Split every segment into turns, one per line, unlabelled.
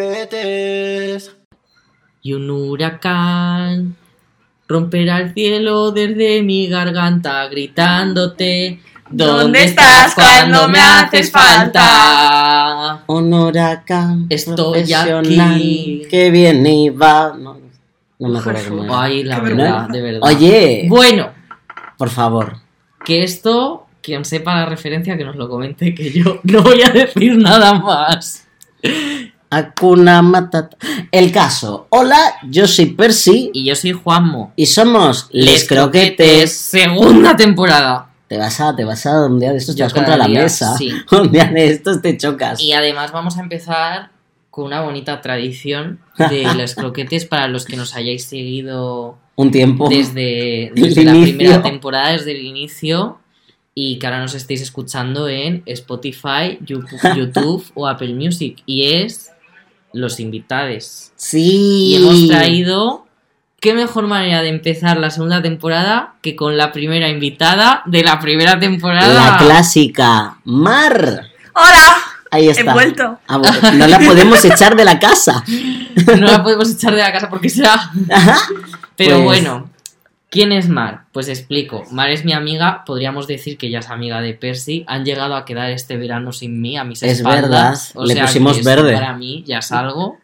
boquetes.
Y un huracán romperá el cielo desde mi garganta gritándote.
¿Dónde estás cuando me haces falta?
Un huracán
Estoy
profesional
aquí.
que viene y va. No, no me acuerdo cómo era.
Ay, la
Qué
verdad,
vergüenza.
de verdad.
Oye,
Bueno,
por favor.
que esto, quien sepa la referencia, que nos lo comente, que yo no voy a decir nada más.
Hakuna Matata. El caso. Hola, yo soy Percy
Y yo soy Juanmo.
y somos Les Croquetes.
Segunda temporada.
Te vas a, te vas a un día de estos, te
Yo
vas contra
cada
la
día,
mesa.
sí.
Un día de estos te chocas.
Y además vamos a empezar con una bonita tradición de los croquetes para los que nos hayáis seguido
Un tiempo.
desde,
El
desde la
Oh, inicio.
primera temporada, desde el inicio, y que ahora nos estéis escuchando en Spotify, Yu- YouTube o Apple Music. Y es los invitados.
Sí.
Y hemos traído. ¿Qué mejor manera de empezar la segunda temporada que con la primera invitada de la primera
La
temporada?
clásica. Mar.
¡Hola!
Ahí
He
está.
vuelto.
Ah, bueno, no la podemos echar de la casa.
No la podemos echar de la casa porque será. Pero
Pues-
bueno, ¿quién es Mar? Pues explico. Mar es mi amiga, podríamos decir que ya es amiga de Percy. Han llegado a quedar este verano sin mí, a mis
Es
espaldas.
verdad, le pusimos
que es
verde.
Para mí, ya salgo.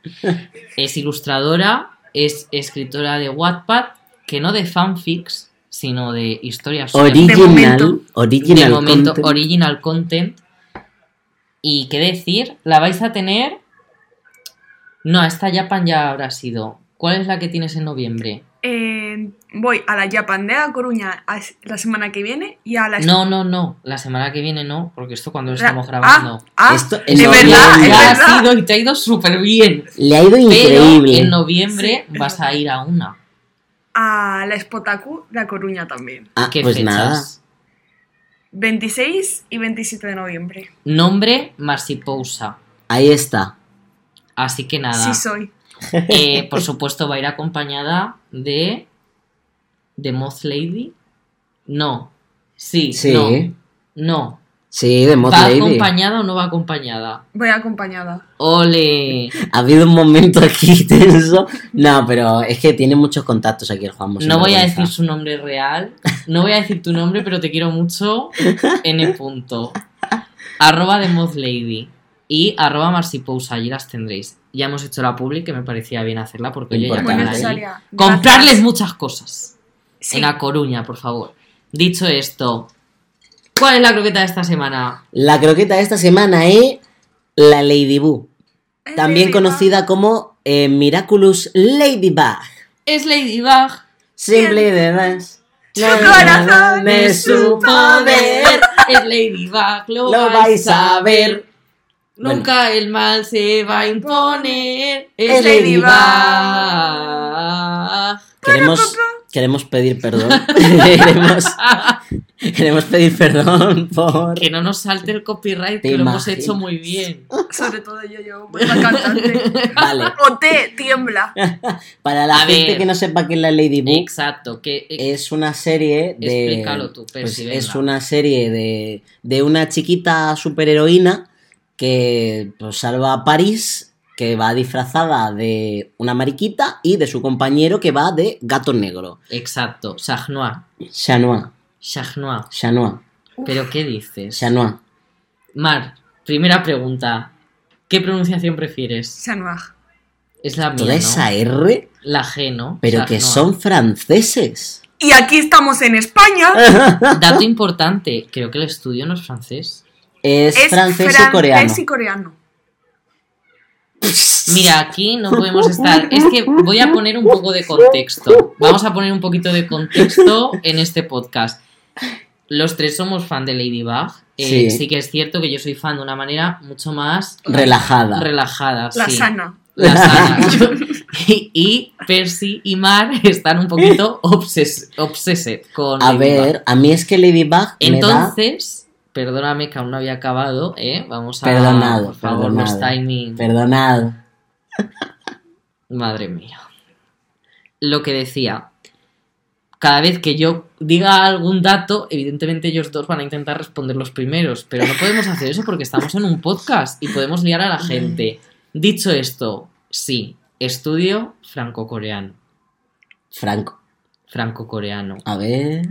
es ilustradora, es escritora de Wattpad, que no de fanfics, sino de historias suyas.
Original.
momento.
Original.
de momento,
content.
original content. Y qué decir, la vais a tener. No, esta Japan ya habrá sido. ¿Cuál es la que tienes en noviembre?
Eh, voy a la Japan de A Coruña a- la semana que viene y a la...
No, no, no. La semana que viene no, porque esto cuando lo
la-
estamos grabando.
Ah, ah,
Esto en
es verdad,
noviembre.
es
ya ha
verdad.
sido y te ha ido súper bien.
Le ha ido
Pero
increíble.
en noviembre vas a ir a una.
A la Spotaku de A Coruña también.
Ah,
¿Qué
pues
fechas?
nada.
26 y 27 de noviembre.
Nombre Marsipousa.
Ahí está.
Así que nada.
Sí soy.
Eh, por supuesto, va a ir acompañada de. de Moth Lady. No. Sí,
Sí.
no. No.
Sí, de Mod
¿Va
Lady.
acompañada o no va acompañada?
Voy acompañada.
¡Ole!
Ha habido un momento aquí tenso. No, pero es que tiene muchos contactos aquí el Juan.
No voy a decir su nombre real. No voy a decir tu nombre, pero te quiero mucho. N. Punto. Arroba de Moth Lady. Y arroba Marsipousa. Allí las tendréis. Ya hemos hecho la public, que me parecía bien hacerla porque oye, ya
Muy
que van
Muy
ahí.
necesaria.
Comprarles muchas cosas.
Gracias. Sí.
en A Coruña, por favor. Dicho esto, ¿cuál es la croqueta de esta semana?
La croqueta de esta semana es la Ladybug.
Eh,
También
sí,
conocida como eh, Miraculous Ladybug.
Es Ladybug.
Simple de más.
Su corazón
de
es
su poder.
Es Ladybug, lo,
Lo vais a ver.
Nunca el mal se va a imponer.
Es
Es
Ladybug.
Ladybug.
Queremos, queremos pedir perdón. queremos, queremos pedir perdón por.
Que no nos salte el copyright,
Te
que lo
imaginas.
hemos hecho muy bien.
Sobre todo yo, yo, pues, la cantante.
Vale.
O te tiembla.
Para la
A
gente
ver.
que no sepa qué es la Ladybug,
Exacto, que eh,
es una serie de. pues,
Explícalo tú, Percy, venga.
es una serie de, de una chiquita superheroína que pues, salva a París, que va disfrazada de una mariquita y de su compañero que va de gato negro.
exacto, Shahnoa.
Chanois,
Shahnoa.
Chanois,
¿Pero qué dices?
Chanois.
Mar, primera pregunta. ¿Qué pronunciación prefieres?
Sanuaj.
Es la mía,
Toda
¿no?
esa R,
La G, ¿no?
pero
La
que
G, ¿no?
son franceses.
Y aquí estamos en España.
Dato importante, creo que el estudio no es francés.
Es,
Es
francés, y coreano.
francés y coreano.
Mira, aquí no podemos estar. Es que voy a poner un poco de contexto. Vamos a poner un poquito de contexto en este podcast. Los tres somos fan de Ladybug. Eh,
Sí.
sí. que es cierto que yo soy fan de una manera mucho más
Relajada.
relajada.
La
sí.
sana.
la saga. Yo- y, y Percy y Mar están un poquito obses obsesed con
a
Ladybug.
ver, a mí es que Ladybug me
Entonces, perdóname que aún no había acabado, ¿eh? Vamos a...
Perdonado,
Por favor,
perdonado.
los timing.
da. Perdonad.
Madre mía. Lo que decía. Cada vez que yo diga algún dato, evidentemente ellos dos van a intentar responder los primeros, pero no podemos hacer eso porque estamos en un podcast y podemos liar a la gente. Dicho esto, sí, estudio franco-coreano.
Franco.
Franco-coreano.
A ver.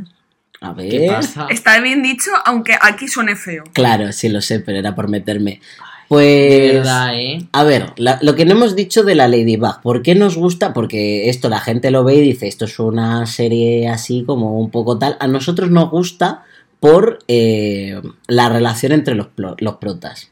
A ver.
¿Qué pasa?
Está bien dicho, aunque aquí suene feo.
Claro, sí lo sé, pero era por meterme.
De
Pues.
verdad, ¿eh?
A ver, la- lo que no hemos dicho de la Ladybug, ¿por qué nos gusta? Porque esto la gente lo ve y dice, esto es una serie así como un poco tal. A nosotros nos gusta por eh, la relación entre los, plo- los protas.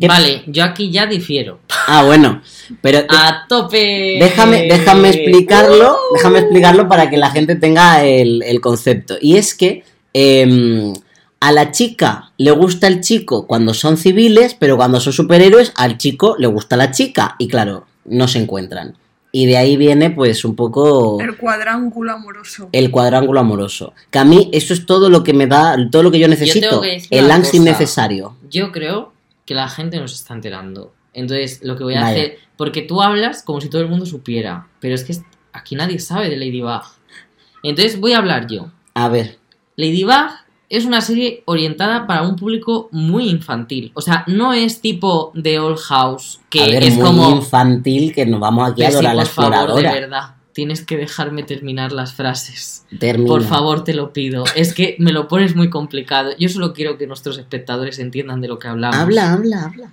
¿Qué-
Vale, Ah, yo aquí ya difiero.
Ah, bueno, pero de-
¡A tope!
déjame, déjame explicarlo,
¡Uh!
déjame explicarlo para que la gente tenga el, el concepto. Y es que em, a la chica le gusta el chico cuando son civiles, pero cuando son superhéroes, al chico le gusta la chica. Y claro, no se encuentran. Y de ahí viene, pues, un poco
El cuadrángulo amoroso.
el cuadrángulo amoroso. Que a mí eso es todo lo que me da, todo lo que yo necesito.
que decir
el
una
angst
cosa.
innecesario.
Yo creo que la gente no se está enterando. Entonces, lo que voy a
Vaya.
hacer. Porque tú hablas como si todo el mundo supiera. Pero es que es- aquí nadie sabe de Ladybug. Entonces, voy a hablar yo.
A ver,
Ladybug es una serie orientada para un público muy infantil. O sea, no es tipo The Old House, que
a ver,
es
muy
como.
infantil que nos vamos aquí a
Bessie,
adorar a la
por favor, de
exploradora.
verdad. Tienes que dejarme terminar las frases.
Termina.
Por favor, te lo pido. Es que me lo pones muy complicado. Yo solo quiero que nuestros espectadores entiendan de lo que hablamos.
Habla, habla, habla.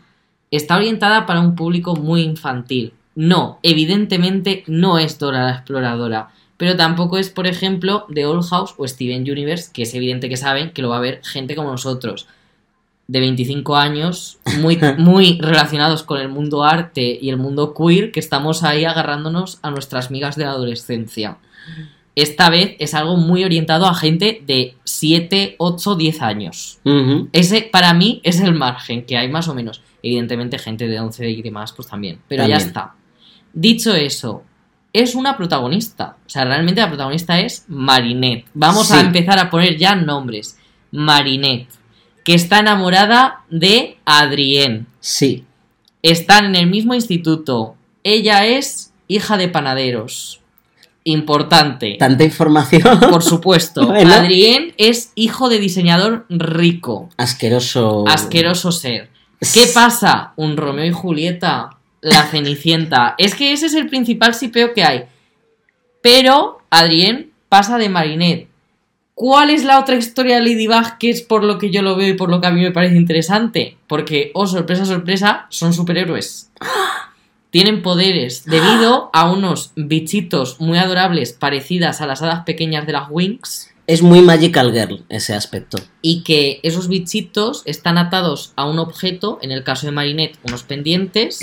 Está orientada para un público muy infantil. No, evidentemente no es Dora la Exploradora. Pero tampoco es, por ejemplo, The Old House o Steven Universe, que es evidente que saben que lo va a ver gente como nosotros. De 25 años, muy, muy relacionados con el mundo arte y el mundo queer, que estamos ahí agarrándonos a nuestras migas de la adolescencia. Esta vez es algo muy orientado a gente de 7, 8, 10 años.
Ujú.
Ese, para mí, es el margen que hay más o menos. Evidentemente, gente de 11 y demás, pues también. Pero ya
También.
está. Dicho eso, es una protagonista. O sea, realmente la protagonista es Marinette. Vamos a
Sí.
empezar a poner ya nombres. Marinette, que está enamorada de Adrienne.
Sí,
Están en el mismo instituto. Ella es hija de panaderos. Importante.
tanta información.
Por supuesto.
Bueno.
Adrienne es hijo de diseñador rico
Asqueroso.
asqueroso ser. ¿Qué pasa? Un Romeo y Julieta, la Cenicienta. Es que ese es el principal sipeo que hay. Pero Adrien pasa de Marinette. ¿Cuál es la otra historia de Ladybug que es por lo que yo lo veo y por lo que a mí me parece interesante? Porque, oh, sorpresa, sorpresa, son superhéroes. Tienen poderes debido a unos bichitos muy adorables parecidas a las hadas pequeñas de las Winx
Es muy Magical Girl ese aspecto.
y que esos bichitos están atados a un objeto, en el caso de Marinette, unos pendientes,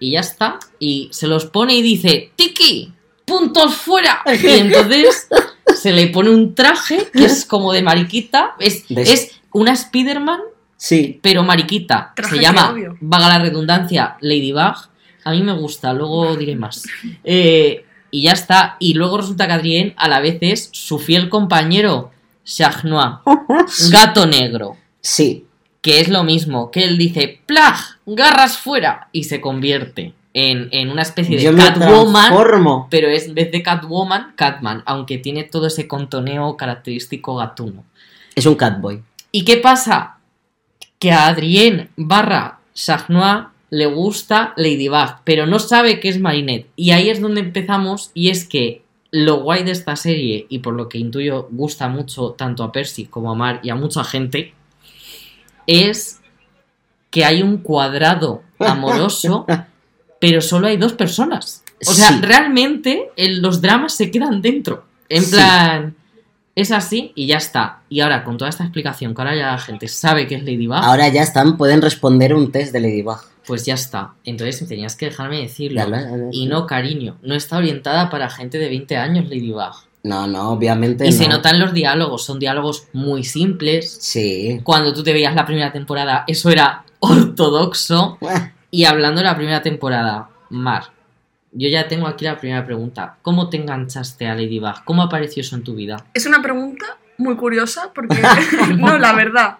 y ya está. Y se los pone y dice, ¡Tiki! ¡Puntos fuera! Y entonces se le pone un traje que es como de mariquita, es,
¿Ves?
es una Spider-Man,
Sí.
pero mariquita.
Traje
se
de
llama,
novio.
vaga la redundancia, Ladybug. A mí me gusta, luego diré más. Eh, y ya está. Y luego resulta que Adrien a la vez es su fiel compañero, Shahnoa. Gato negro,
Sí.
que es lo mismo, que él dice ¡Plag! ¡Garras fuera! y se convierte en, en una especie de
Yo me
Catwoman,
transformo.
pero es en vez de Catwoman, Catman, aunque tiene todo ese contoneo característico gatuno.
Es un catboy.
¿Y qué pasa? Que a Adrienne barra Sagnois le gusta Ladybug, pero no sabe que es Marinette. Y ahí es donde empezamos, y es que lo guay de esta serie, y por lo que intuyo gusta mucho tanto a Percy como a Mar y a mucha gente, es que hay un cuadrado amoroso, pero solo hay dos personas. O sea,
Sí.
realmente el- los dramas se quedan dentro. En
Sí.
plan, es así y ya está. Y ahora, con toda esta explicación, que ahora ya la gente sabe que es Ladybug,
Ahora ya están, pueden responder un test de Ladybug.
pues ya está. Entonces tenías que dejarme decirlo.
Ya lo-
Y no, cariño, no está orientada para gente de 20 años Ladybug.
No, no, obviamente.
Y
no.
se notan los diálogos, son diálogos muy simples.
Sí.
Cuando tú te veías la primera temporada, eso era ortodoxo. Y hablando de la primera temporada, Mar, yo ya tengo aquí la primera pregunta. ¿Cómo te enganchaste a Ladybug? ¿Cómo apareció eso en tu vida?
Es una pregunta muy curiosa porque no, la verdad.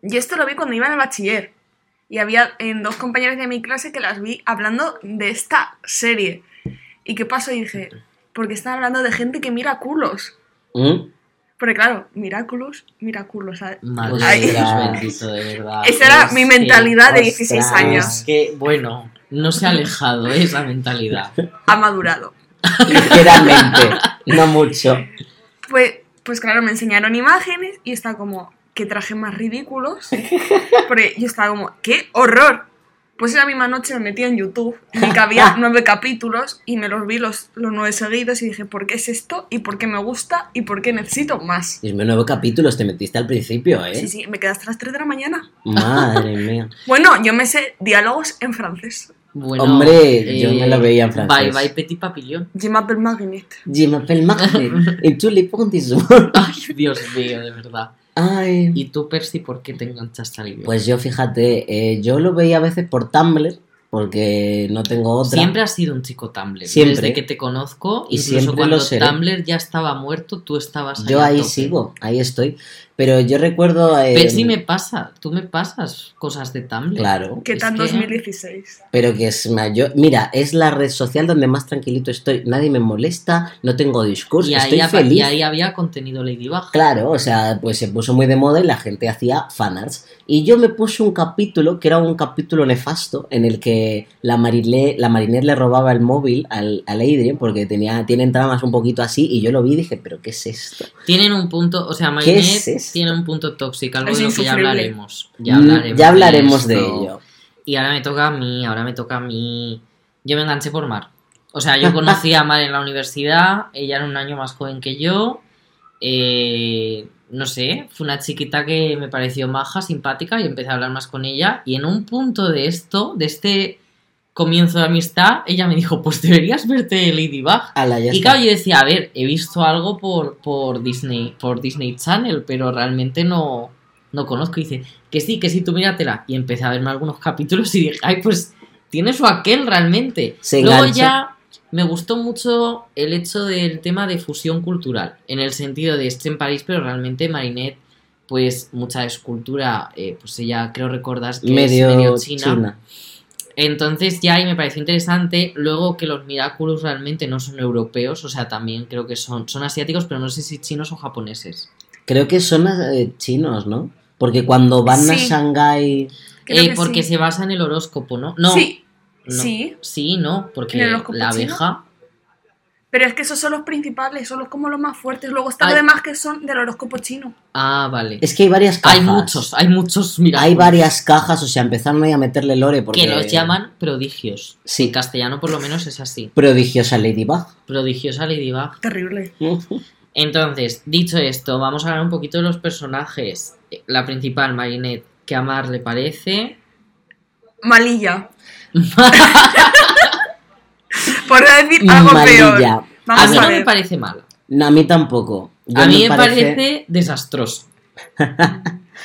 Yo esto lo vi cuando iba en el bachiller y había en dos compañeras de mi clase que las vi hablando de esta serie. ¿Y qué pasó? Y dije, porque están hablando de gente que mira culos.
¿Mm?
Porque claro, Miraculous, Miraculous. ¿sabes?
Madre
Ay.
de Dios bendito, de verdad.
Esa era
Es
mi
que-
mentalidad de
ostras.
16 años.
Es que, bueno, no se ha alejado ¿eh? esa mentalidad.
Ha madurado.
Ligeramente, no mucho.
Pues, pues claro, me enseñaron imágenes y está como, qué traje más ridículos. Porque yo estaba como, qué horror. Pues esa misma noche me metí en YouTube y vi que había nueve capítulos y me los vi los, los nueve seguidos y dije, ¿por qué es esto? ¿Y por qué me gusta? ¿Y por qué necesito más?
Dios mío, nueve capítulos te metiste al principio, ¿eh?
Sí, sí, me quedé hasta las 3 de la mañana.
Madre mía.
Bueno, yo me sé diálogos en francés.
Bueno, eh,
Hombre, yo me la veía en francés.
Bye bye, Petit Papillon.
Je m'appelle Marinette.
Je m'appelle Magne et tu le prends des
Ay, Dios mío, de verdad.
Ay.
¿Y tú, Percy, por qué te enganchaste al idioma?
Pues yo, fíjate, eh, yo lo veía a veces por Tumblr, porque no tengo otra.
Siempre has sido un chico Tumblr.
Siempre.
Desde que te conozco,
Y
incluso
siempre lo
cuando
seré.
Tumblr ya estaba muerto, tú estabas
yo
a
ahí
tope.
sigo, ahí estoy. Pero yo recuerdo. eh,
Percy me pasa, tú me pasas cosas de Tumblr.
Claro.
¿Qué
Es
tal
que-
2016?
Pero que es mayor. Mira, es la red social donde más tranquilito estoy. Nadie me molesta, no tengo discurso,
Y ahí,
estoy
apa-
feliz.
y ahí había contenido Ladybug.
Claro, o sea, pues se puso muy de moda y la gente hacía fanarts. Y yo me puse un capítulo, que era un capítulo nefasto, en el que la Marilé, la Mariner le robaba el móvil al, al Adrien, porque tenía, tienen tramas un poquito así, y yo lo vi y dije, pero ¿qué es esto?
Tienen un punto, o sea,
¿Qué es
Marinette
esto?
tiene un punto tóxico, algo
Es
de lo que ya
insufrible.
hablaremos. Ya
Mm,
hablaremos,
ya hablaremos de,
esto.
ello.
Y ahora me toca a mí, ahora me toca a mí. Yo me enganché por Mar. O sea, yo conocí a Mar en la universidad, ella era un año más joven que yo. eh, no sé, fue una chiquita que me pareció maja, simpática y empecé a hablar más con ella. Y en un punto de esto, de este comienzo de amistad, ella me dijo, pues deberías verte Ladybug.
Ala, ya
Y
está.
claro, yo decía, a ver, he visto algo por, por Disney, por Disney Channel, pero realmente no, no conozco. Y dice, que sí, que sí, tú míratela. Y empecé a verme algunos capítulos y dije, ay, pues tiene su aquel realmente.
Se
Luego
engancha.
ya me gustó mucho el hecho del tema de fusión cultural, en el sentido de este en París, pero realmente Marinette, pues mucha escultura, eh, pues ella creo recordas que
medio,
es medio
china.
china. Entonces ya ahí me pareció interesante. Luego que los Miraculous realmente no son europeos, o sea, también creo que son, son asiáticos, pero no sé si chinos o japoneses.
Creo que son eh, chinos, ¿no? Porque cuando van a
Sí.
Shanghái...
Creo
Eh,
que
porque
sí.
se basa en el horóscopo, ¿no? No,
Sí,
no.
sí.
Sí, no, porque
¿En el horóscopo
la
chino?
abeja.
Pero es que esos son los principales, son los como los más fuertes. Luego están
Ay.
los demás que son del horóscopo chino.
Ah, vale.
Es que hay varias cajas.
Hay muchos, hay muchos Miraculous.
Hay varias cajas, o sea, empezaron ahí a meterle lore porque...
Que los llaman prodigios.
Sí,
En castellano por lo menos es así.
prodigiosa Ladybug.
Prodigiosa Ladybug.
Terrible.
Entonces, dicho esto, vamos a hablar un poquito de los personajes. Eh, La principal, Marinette, que a Mar le parece.
Malilla. Por no decir algo peor.
Malilla.
A
Vamos
mí
a
no me
ver.
parece mala.
No, a mí tampoco. Yo
a mí me parece, desastroso.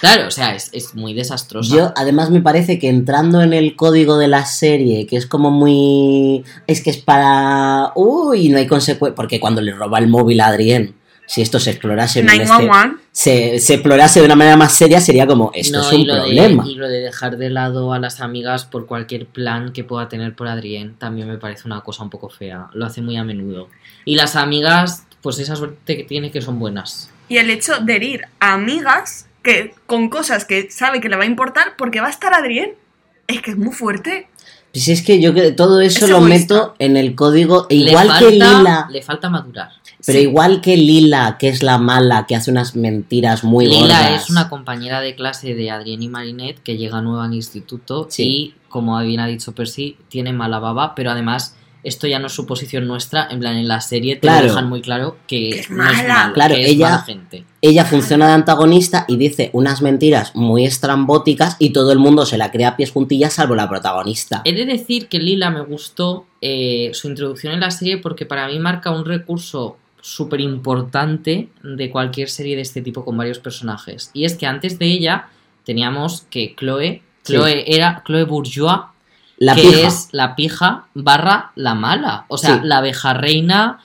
claro, o sea, es, es muy desastroso.
Yo, además, me parece que entrando en el código de la serie, que es como muy. Es que es para. Uy, no hay consecuencia. Porque cuando le roba el móvil a Adrien, si esto se explorase en un este-
911.
se, se explorase de una manera más seria, sería como: esto
No,
es un
y, lo de,
problema.
y lo de dejar de lado a las amigas por cualquier plan que pueda tener por Adrián también me parece una cosa un poco fea. Lo hace muy a menudo. Y las amigas, pues esa suerte que tiene que son buenas.
Y el hecho de herir a amigas que, con cosas que sabe que le va a importar porque va a estar Adrián. Es que es muy fuerte.
Pues es que yo que todo eso
Es
lo
egoísta.
meto en el código.
Le
Igual
falta-
que Lila.
Le falta madurar.
Pero
Sí.
igual que Lila, que es la mala, que hace unas mentiras muy
Lila
gordas.
es una compañera de clase de Adrián y Marinette que llega nueva al instituto
Sí.
y, como bien ha dicho Percy, tiene mala baba, pero además esto ya no es suposición nuestra, en plan en la serie te
Claro.
lo dejan muy claro que
Que es
no es
mala.
mala,
Claro,
que es
ella-
mala gente.
Ella funciona de antagonista y dice unas mentiras muy estrambóticas y todo el mundo se la crea a pies juntillas salvo la protagonista.
He de decir que Lila me gustó eh, su introducción en la serie porque para mí marca un recurso súper importante de cualquier serie de este tipo con varios personajes. Y es que antes de ella teníamos que Chloe,
Sí.
Chloe era Chloe Bourgeois,
La
que
pija.
es la pija barra la mala. O sea,
Sí.
la abeja reina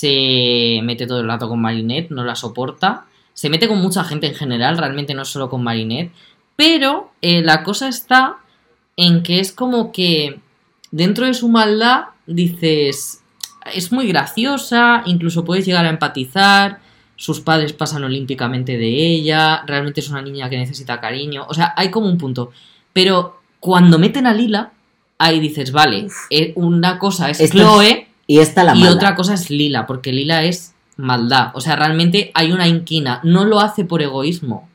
se mete todo el rato con Marinette, no la soporta. Se mete con mucha gente en general, realmente no solo con Marinette. Pero eh, la cosa está en que es como que dentro de su maldad dices, es muy graciosa, incluso puedes llegar a empatizar. sus padres pasan olímpicamente de ella, realmente es una niña que necesita cariño, o sea, hay como un punto. Pero cuando meten a Lila, ahí dices, vale, eh, una cosa es
Esta es
Chloe
Y esta la
y
mala.
otra cosa es Lila, porque Lila es maldad, o sea, realmente hay una inquina, no lo hace por egoísmo,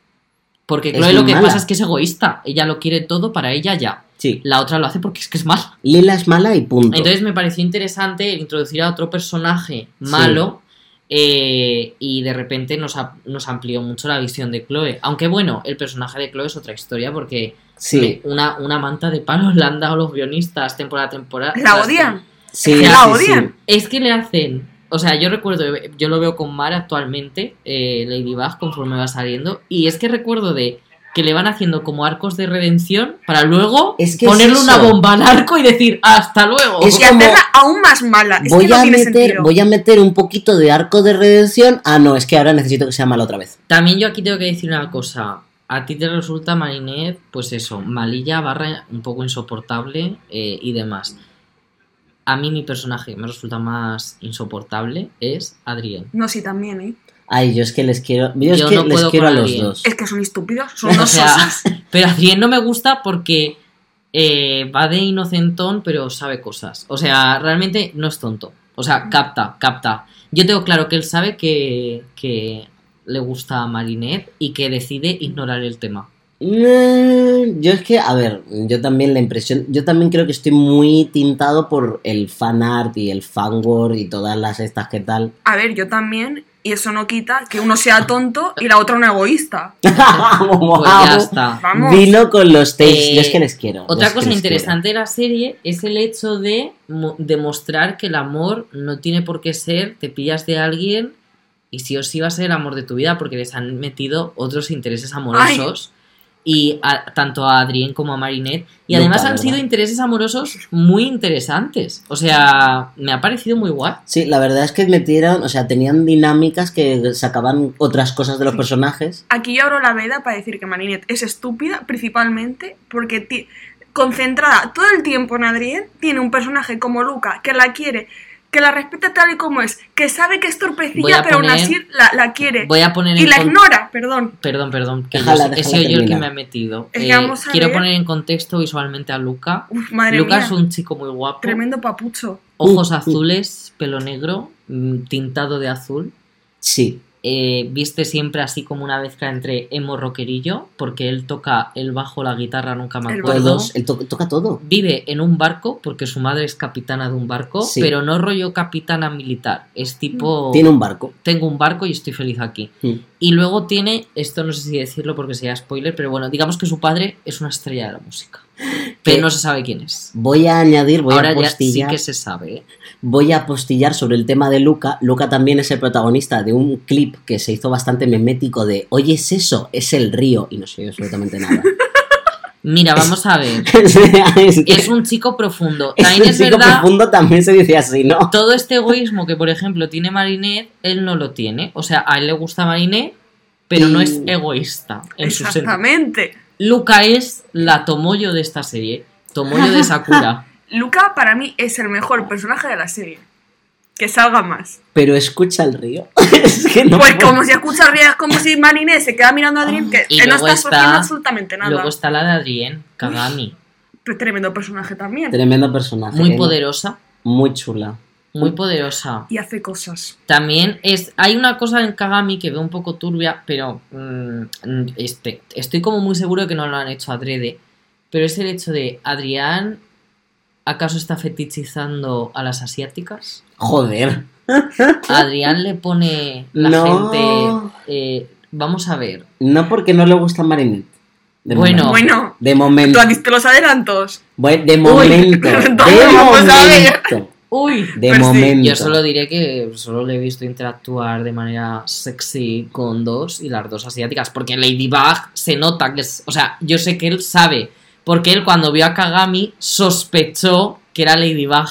porque
Es
Chloe lo
muy
que
mala.
pasa es que es egoísta, ella lo quiere todo para ella ya,
Sí.
la otra lo hace porque es que es mala.
Lila es mala y punto.
Entonces me pareció interesante introducir a otro personaje malo eh, y de repente nos, a- nos amplió mucho la visión de Chloe. Aunque bueno, el personaje de Chloe es otra historia porque
sí,
una, una manta de palos le han dado los guionistas temporada a temporada.
La odian.
sí,
la
sí,
odian.
Es que le hacen. O sea, yo recuerdo, yo lo veo con Mar actualmente, eh, Ladybug, conforme va saliendo. Y es que recuerdo de que le van haciendo como arcos de redención para luego
Es que es
ponerle
eso.
una bomba al arco y decir ¡hasta luego!
Es
Y
como-
hacerla aún más mala. Es
Voy,
que no
a
tiene
meter,
sentido.
voy a meter un poquito de arco de redención. Ah, no, es que ahora necesito que sea malo otra vez.
También yo aquí tengo que decir una cosa. A ti te resulta, Marinette, pues eso, malilla, barra, un poco insoportable eh, y demás. A mí mi personaje que me resulta más insoportable es Adrián.
No, sí, también, ¿eh?
Ay, yo es que les quiero. Yo, es
Yo
que
no
les
puedo
quiero a
con
los
alguien.
dos.
Es que son estúpidos, son
O
unos
sea,
sosas.
pero Adrián no me gusta porque eh, va de inocentón, pero sabe cosas. O sea, realmente no es tonto. O sea, capta, capta. Yo tengo claro que él sabe que, que le gusta a Marinette y que decide ignorar el tema.
Mm, Yo es que, a ver, yo también la impresión, yo también creo que estoy muy tintado por el fan art y el fanword y todas las estas que tal.
A ver, yo también, y eso no quita que uno sea tonto y la otra una egoísta.
Wow.
Pues ya está.
Vamos.
Dilo con los tapes,
Eh,
yo es que les quiero. yo es
Otra
que
cosa
les
interesante de la serie es el hecho de mo- demostrar que el amor no tiene por qué ser te pillas de alguien y sí o sí va a ser el amor de tu vida porque les han metido otros intereses amorosos y a- tanto a Adrien como a Marinette y
Nunca,
además han
¿verdad?
sido intereses amorosos muy interesantes. O sea, me ha parecido muy guay.
Sí, la verdad es que metieron, o sea, tenían dinámicas que sacaban otras cosas de los personajes.
Aquí yo abro la veda para decir que Marinette es estúpida, principalmente porque ti- concentrada todo el tiempo en Adrien, tiene un personaje como Luca que la quiere, que la respeta tal y como es, que sabe que es
Voy
torpecilla,
a
pero aún
poner-
así la, la quiere.
Voy a poner
Y
en
la
con-
ignora, perdón.
Perdón, perdón, que yo
Déjala,
he
déjala
sido yo el que
terminar.
me ha metido.
Es que
Eh,
vamos a
quiero
ver.
poner en contexto visualmente a Luca.
Uf, madre
Lucas
mía.
es un chico muy guapo,
Tremendo papucho.
ojos
Uh, uh.
azules, pelo negro, mm, tintado de azul.
Sí,
eh, viste siempre así como una mezcla entre emo rockerillo, porque él toca el bajo, la guitarra, nunca me
El
acuerdo.
todos, él to- toca todo.
Vive en un barco, porque su madre es capitana de un barco,
Sí. Mm.
pero no rollo capitana militar. Es tipo,
Tiene un barco.
tengo un barco y estoy feliz aquí.
Mm.
Y luego tiene, esto no sé si decirlo porque sea spoiler, pero bueno, digamos que su padre es una estrella de la música. Pero
Eh,
no se sabe quién es.
Voy a añadir, voy
Ahora
a
ya sí
postillar,
que se sabe, ¿eh?
voy a postillar sobre el tema de Luca. Luca también es el protagonista de un clip que se hizo bastante memético de, oye, es eso, es el río, y no sé absolutamente nada.
Mira, vamos a ver.
O sea, es que-
Es un chico profundo.
es
También
un
es
chico
verdad,
profundo también se dice así, ¿no?
todo este egoísmo que, por ejemplo, tiene Marinette, él no lo tiene. O sea, a él le gusta Marinette, pero no es
Mm.
egoísta en su sentido.
Exactamente.
Luca es la Tomoyo de esta serie. Tomoyo de Sakura.
Luca para mí es el mejor personaje de la serie. Que salga más.
Pero escucha el río. es que no
pues
puedo.
como si escucha ríos, como si Marinette se queda mirando a Adrien, que
Ah, Y
él no
luego
está asociando
está-
absolutamente nada.
Luego está la de Adrien, Kagami.
Pues tremendo personaje también.
Tremendo personaje.
Muy
¿eh?
poderosa.
Muy chula.
Muy poderosa.
Y hace cosas.
También es. Hay una cosa en Kagami que veo un poco turbia, pero mm, mm, este, estoy como muy seguro de que no lo han hecho adrede. Pero es el hecho de Adrián. ¿Acaso está fetichizando a las asiáticas?
Joder.
Adrián le pone la
No.
gente. eh, vamos a ver.
No porque no le gusta Marinette. De
Bueno.
momento.
Bueno,
De
tú
momento.
has visto los adelantos.
Bueno, de momento.
entonces
de
vamos a ver.
momento.
¡Uy!
De
Pues sí,
momento.
Yo solo diré que solo le he visto interactuar de manera sexy con dos y las dos asiáticas, porque Ladybug se nota que es, o sea, yo sé que él sabe, porque él cuando vio a Kagami sospechó que era Ladybug.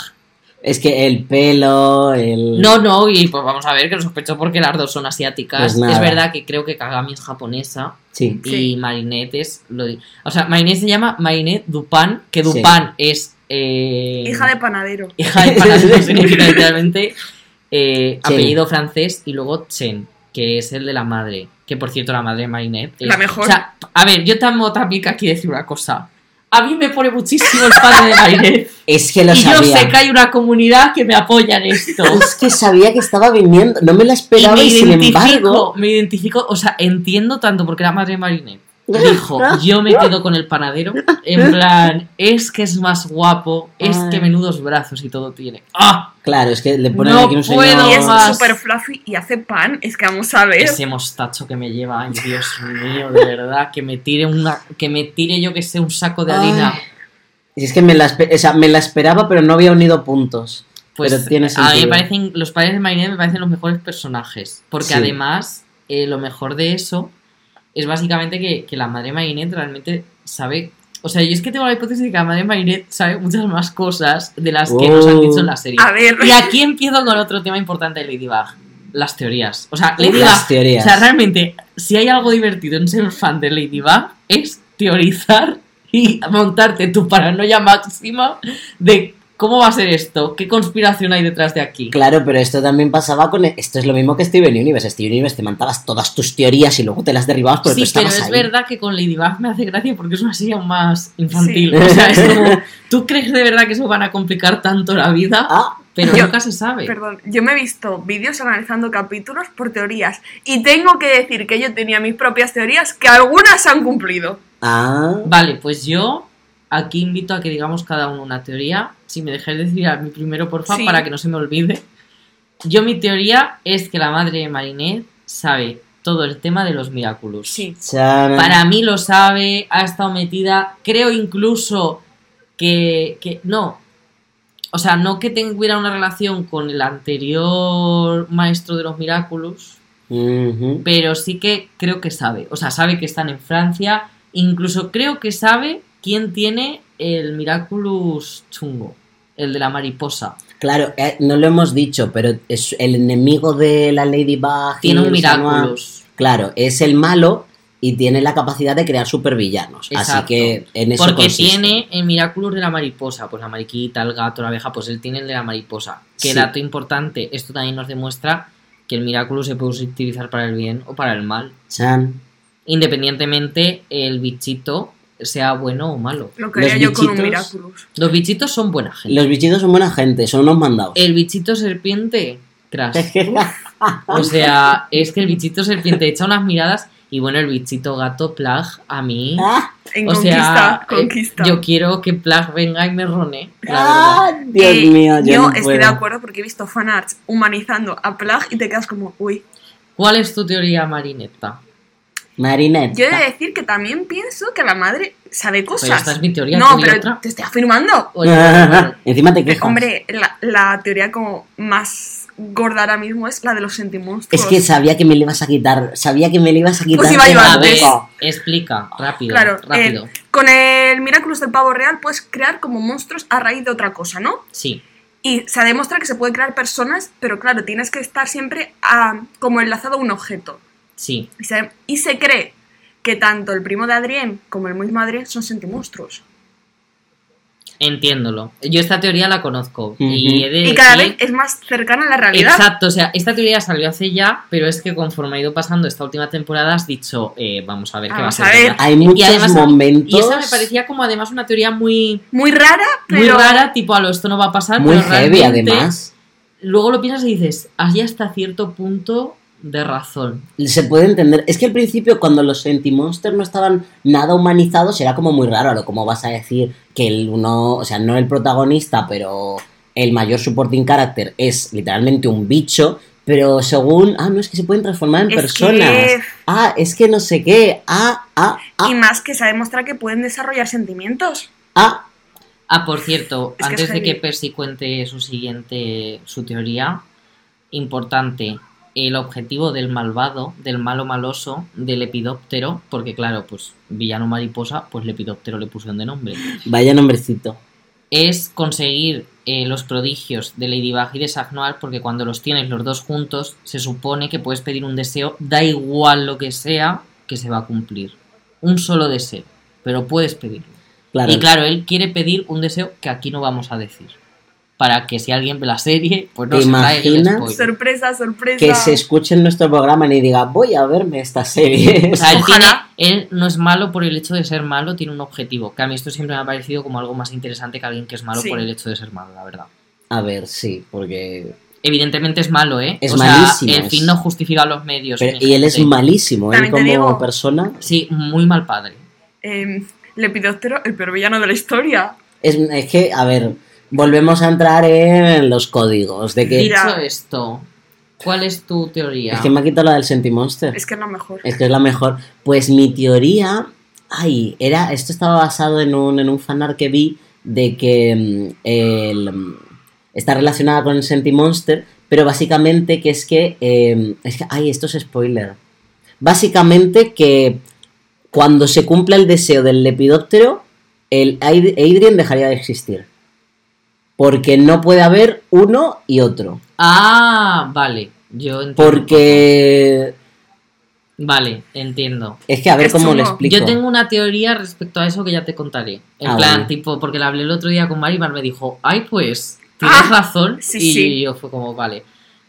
Es que el pelo, el.
No, no, y pues vamos a ver que lo sospechó porque las dos son asiáticas.
Pues nada.
es verdad que creo que Kagami es japonesa
Sí.
Sí.
y Marinette es lo di- o sea, Marinette se llama Marinette Dupan, que
Sí.
Dupan es eh,
Hija de panadero.
Hija de Panadero significa literalmente eh,
Chen.
apellido francés y luego Chen, que es el de la madre. Que por cierto, la madre de Marinette. es-
La mejor.
O sea, a ver, yo tengo también que aquí decir una cosa. A mí me pone muchísimo el padre de Marinette.
Es que lo
y yo
sabía.
sé que hay una comunidad que me apoya en esto.
Es que sabía que estaba viniendo, no me la
Y
esperaba
me
y, sin
identifico,
embargo.
me identifico, o sea, entiendo tanto porque la madre de Marinette dijo, yo me quedo con el panadero, en plan, es que es más guapo, es
Ay.
que menudos brazos y todo tiene. ¡Ah!
Claro, es que le ponen
No
aquí un señor.
puedo
Y es
más.
súper fluffy y hace pan. Es que vamos a ver.
Ese mostacho que me lleva, ay Dios mío, de verdad, que me tire una, que me tire yo que sé un saco de harina.
Ay. Y es que me la, espe- o sea, me la esperaba, pero no había unido puntos.
Pues
Pero tiene
a mí me
sentido.
parecen, los padres de Marinette me parecen los mejores personajes. Porque
Sí.
además, eh, lo mejor de eso es básicamente que, que la madre de Marinette realmente sabe. O sea, yo es que tengo la hipótesis de que la madre de Marinette sabe muchas más cosas de las que nos han
Oh.
dicho en la serie.
A ver.
Y aquí empiezo con otro tema importante de Ladybug. Las teorías. O sea,
Las
Ladybug. O
teorías.
sea, realmente, si hay algo divertido en ser fan de Ladybug, es teorizar y montarte tu paranoia máxima de cómo va a ser esto, qué conspiración hay detrás de aquí.
Claro, pero esto también pasaba con. e-, Esto es lo mismo que Steven Universe. Steven Universe te montabas todas tus teorías y luego te las derribabas
Sí,
porque tú
pero
estabas
es
ahí.
verdad que con Ladybug me hace gracia porque es una serie aún más infantil.
Sí.
O sea, es como, ¿tú crees de verdad que eso van a complicar tanto la vida?
Ah,
Pero
Yo-
nunca se sabe.
Perdón, yo me he visto vídeos analizando capítulos por teorías y tengo que decir que yo tenía mis propias teorías que algunas han cumplido.
ah.
Vale, pues yo aquí invito a que digamos cada uno una teoría. Si me dejáis decir a mí primero, porfa,
Sí.
para que no se me olvide. Yo mi teoría es que la madre de Marinette sabe todo el tema de los Miraculous.
Sí.
Chan.
Para mí lo sabe, ha estado metida. Creo incluso que, que- no. O sea, no que tuviera una relación con el anterior maestro de los Miraculous,
Ujú.
pero sí que creo que sabe. O sea, sabe que están en Francia. Incluso creo que sabe quién tiene el Miraculous chungo, el de la mariposa.
Claro, eh, no lo hemos dicho, pero es el enemigo de la Ladybug. y
Tiene un
el Sanoa.
Miraculous.
Claro, es el malo y tiene la capacidad de crear supervillanos. Así
Exacto.
que en eso
Porque
consiste.
tiene el Miraculous de la mariposa. Pues la mariquita, el gato, la abeja, pues él tiene el de la mariposa. Qué
Sí.
dato importante. Esto también nos demuestra que el Miraculous se puede utilizar para el bien o para el mal.
Chan.
Independientemente el bichito sea bueno o malo.
Lo
Los
que haría yo con un
bichitos.
Miraculous.
Los bichitos son buena gente.
Los bichitos son buena gente, son unos mandados.
El bichito serpiente, crash. O sea, es que el bichito serpiente echa unas miradas y bueno, el bichito gato Plag a mí.
Ah,
En
o sea,
conquista,
eh,
conquista.
yo quiero que Plag venga y me rone. La verdad.
ah, Dios
Eh,
mío, yo,
yo
no
estoy
puedo.
de acuerdo porque he visto fanarts humanizando a Plag y te quedas como, uy.
¿Cuál es tu teoría, Marinetta?
Marinette.
Yo he de decir que también pienso que la madre sabe
Pero esta
cosas.
es mi teoría.
No,
¿tiene
pero
otra?
te estoy afirmando.
Oye, bueno,
Encima te quejas.
Hombre, la, la teoría como más gorda ahora mismo es la de los sentimonstruos.
es que sabía que me le ibas a quitar. Sabía que me le ibas a quitar.
pues. iba
de
yo
la
a
antes.
ver,
boca.
explica, rápido,
Claro, eh,
rápido.
Con el Miraculous del pavo real puedes crear como monstruos a raíz de otra cosa, ¿no?
Sí,
Y se demuestra que se puede crear personas, pero claro, tienes que estar siempre ah, como enlazado a un objeto.
sí.
Y se, y se cree que tanto el primo de Adrián como el mismo Adrián son sentimonstruos.
Entiéndolo. Yo esta teoría la conozco. Y,
Ujú.
he de
Y cada
decir-
vez es más cercana a la realidad.
Exacto, o sea, esta teoría salió hace ya, pero es que conforme ha ido pasando esta última temporada has dicho, eh, vamos a ver qué va a
Vamos
ser.
a ver.
verdad.
Hay muchos
además-
momentos.
Y esa me parecía como además una teoría muy,
Muy rara, pero
muy rara, tipo a lo esto no va a pasar.
Muy
pero
heavy,
realmente,
además.
Luego lo piensas y dices, hay hasta cierto punto de razón.
Se puede entender. Es que al principio, cuando los Sentimonsters no estaban nada humanizados, era como muy raro. ¿no? ¿Cómo vas a decir que el uno, o sea, no el protagonista, pero el mayor supporting character es literalmente un bicho? Pero según. Ah, no, es que se pueden transformar en
Es
personas.
que-
Ah, es que no sé qué. Ah, ah,
y
ah,
más que se demuestra que pueden desarrollar sentimientos.
ah.
Ah, por cierto,
Es que
antes
es
de que
heavy.
Percy cuente su siguiente, su teoría, importante, el objetivo del malvado, del malo maloso, del epidóptero, porque claro, pues villano mariposa, pues lepidóptero le pusieron de nombre,
Vaya nombrecito.
es conseguir eh, los prodigios de Ladybug y de Sac Noir, porque cuando los tienes los dos juntos, se supone que puedes pedir un deseo, da igual lo que sea, que se va a cumplir. Un solo deseo, pero puedes pedirlo.
Claro.
Y claro, él quiere pedir un deseo que aquí no vamos a decir. para que si alguien ve la serie, pues no
¿Te
se trae el
imaginas?
spoiler.
Sorpresa, sorpresa.
Que se escuche en nuestro programa y diga, voy a verme esta serie.
O sea, él,
Ojalá.
tiene- él no es malo por el hecho de ser malo, tiene un objetivo. Que a mí esto siempre me ha parecido como algo más interesante que alguien que es malo
Sí.
por el hecho de ser malo, la verdad.
A ver, sí, porque...
Evidentemente es malo, ¿eh?
Es
o sea,
malísimo,
el
es-
fin no justifica los medios.
pero-
mi
y él es
gente.
malísimo, él
También te
como
digo-
persona.
Sí, muy mal padre.
Eh, Lepidóptero, el peor villano de la historia.
Es, es que, a ver, volvemos a entrar en los códigos. De que,
Mira.
Dicho esto, ¿cuál es tu teoría?
es que me ha quitado la del Sentimonster.
Es que es lo mejor.
Eh,
Es que es la mejor. Pues mi teoría. Ay, era. Esto estaba basado en un, en un fanart que vi de que mm, el, mm, está relacionada con el Sentimonster, pero básicamente que es que. eh, es que. Ay, esto es spoiler. Básicamente que cuando se cumpla el deseo del lepidóptero, el Aid- Adrien dejaría de existir. Porque no puede haber uno y otro.
Ah, vale. Yo entiendo.
Porque.
Vale, entiendo.
Es que a ver
Es
cómo lo
chungo.
explico.
Yo tengo una teoría respecto a eso que ya te contaré. En
Ah,
plan,
vale.
tipo, porque la hablé el otro día con Mari y Mar me dijo, ay, pues, tienes
Ah,
razón.
sí,
y
sí.
yo fue como, vale.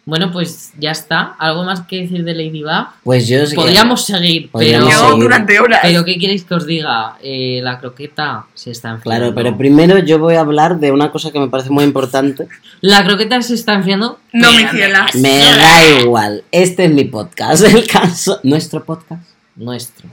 Bueno, pues ya está. ¿Algo más que decir de Ladybug?
Pues yo es que-
Podríamos seguir,
Podríamos
pero...
Yo
seguir.
durante horas.
¿Pero qué queréis que os diga? Eh, la croqueta se está enfriando.
Claro, pero primero yo voy a hablar de una cosa que me parece muy importante.
La croqueta se está enfriando.
No, mi ciela.
Me da igual, este es mi podcast, el caso, nuestro podcast.
Nuestro.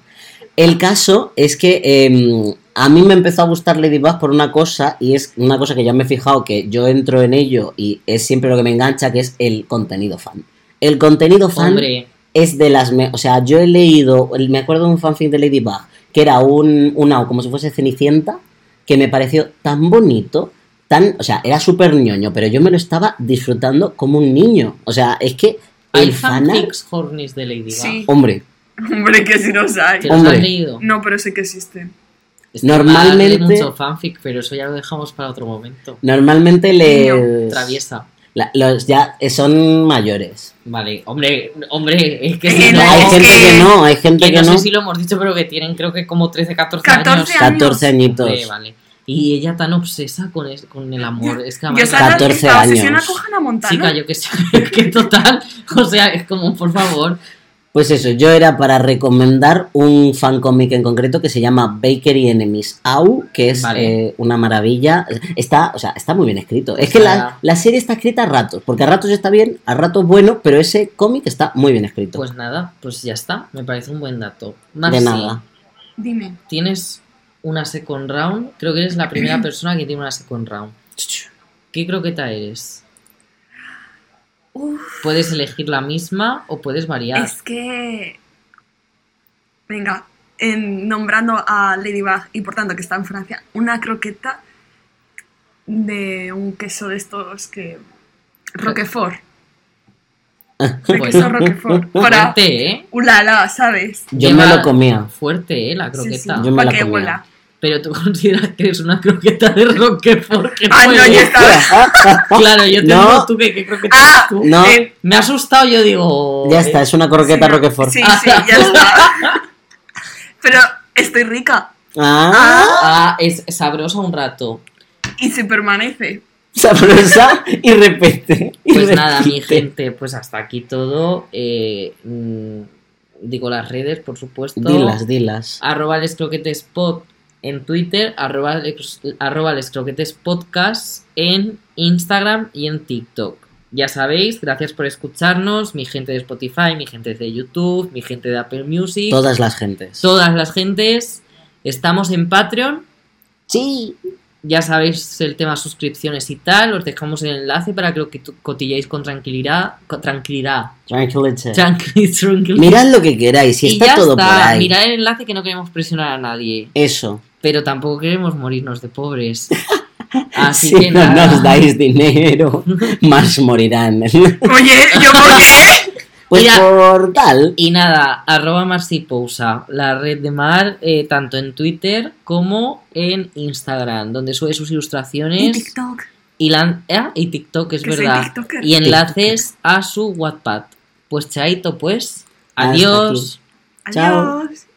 El caso es que em, a mí me empezó a gustar Ladybug por una cosa, y es una cosa que ya me he fijado, que yo entro en ello y es siempre lo que me engancha, que es el contenido fan. El contenido fan
Hombre,
es de las... me- o sea, yo he leído, el- me acuerdo de un fanfic de Ladybug, que era un, una, como si fuese Cenicienta, que me pareció tan bonito, tan... O sea, era súper ñoño, pero yo me lo estaba disfrutando como un niño. O sea, es que
hay
el fanart...
fanfics hornis de Ladybug.
Sí.
Hombre,
Hombre, que si los hay.
¿Que los
Hombre.
has leído?
No, pero sé que existen.
Normalmente-
Hay mucho fanfic, pero eso ya lo dejamos para otro momento.
normalmente
Niño,
le...
Traviesa.
los ya eh, son mayores.
Vale, hombre, hombre, es que
Que
si
no,
no,
hay
es
gente
que-
que no, hay gente
que
que,
no sé
no.
si lo hemos dicho, pero que tienen creo que como 13, 14,
14
años.
años.
14 añitos.
Hombre, vale. Y ella tan obsesa con, es- con el amor. Es que
Yo
además-
estaba
14
estaba obsesionada
años.
con Hannah Montana.
Chica, yo que sé, que total, o sea, es como, por favor,
Pues eso, yo era para recomendar un fancomic en concreto que se llama Bakery Enemies Au, que es
Vale.
eh, una maravilla. Está, o sea, está muy bien escrito. Es que
Ojalá.
la, la serie está escrita a ratos, porque a ratos está bien, a ratos bueno, pero ese cómic está muy bien escrito.
pues nada, pues ya está, me parece un buen dato.
de
Maxi,
nada.
Dime.
tienes una second round, creo que eres la primera persona que tiene una second round. ¿Qué croqueta eres?
Uf,
Puedes elegir la misma o puedes variar.
es que... Venga, en- nombrando a Ladybug y por tanto que está en Francia, una croqueta de un queso de estos que... Roquefort.
Pues,
De queso Roquefort. Para...
este-
Fuerte, ¿eh?
Ulala, ¿sabes?
Yo
Lleva-
me lo comía.
Fuerte, ¿eh? La
Sí, sí,
croqueta.
Yo me
pa'
la
que
comía.
huela.
Pero tú consideras que eres una croqueta de Roquefort. que
Ah, no,
puede-
yo estaba...
Claro, yo te
No.
digo tú que qué croqueta
Ah,
eres tú.
No,
Eh,
Me ha asustado, yo digo... eh,
ya está, es una croqueta
sí,
Roquefort.
Sí, sí, ya está. Pero estoy rica
Ah,
Ah, es sabrosa un rato.
y se permanece.
sabrosa y repete. y
Pues nada, mi
repite.
gente, pues hasta aquí todo. Eh, mm, digo las redes, por supuesto.
Dilas, dilas.
Arroba lescroquetespod en Twitter, arroba, les- arroba lescroquetespodcast en Instagram y en TikTok. Ya sabéis, gracias por escucharnos, mi gente de Spotify, mi gente de YouTube, mi gente de Apple Music,
Todas las gentes.
todas las gentes. Estamos en Patreon,
Sí.
ya sabéis el tema suscripciones y tal, os dejamos el enlace para que lo que cotilléis con tranquilidad, con tranquilidad,
Tranquility.
tranqui- tranquilidad.
Mirad lo que queráis, si
y
está
ya
todo por
está,
ahí.
mirad el enlace que no queremos presionar a nadie,
Eso.
pero tampoco queremos morirnos de pobres. Así
si
que
no
nada.
nos dais dinero, más morirán.
Oye, ¿yo por qué?
Pues
Mira.
por tal.
Y nada, arroba Marcipousa, la red de Mar, eh, tanto en Twitter como en Instagram, donde sube sus
Y
ilustraciones
TikTok.
y, lan- ah, y TikTok, es
Que soy
verdad.
tiktoker.
y enlaces a su Wattpad. Pues chaito, pues.
Hasta
Adiós.
Adiós.
Chao.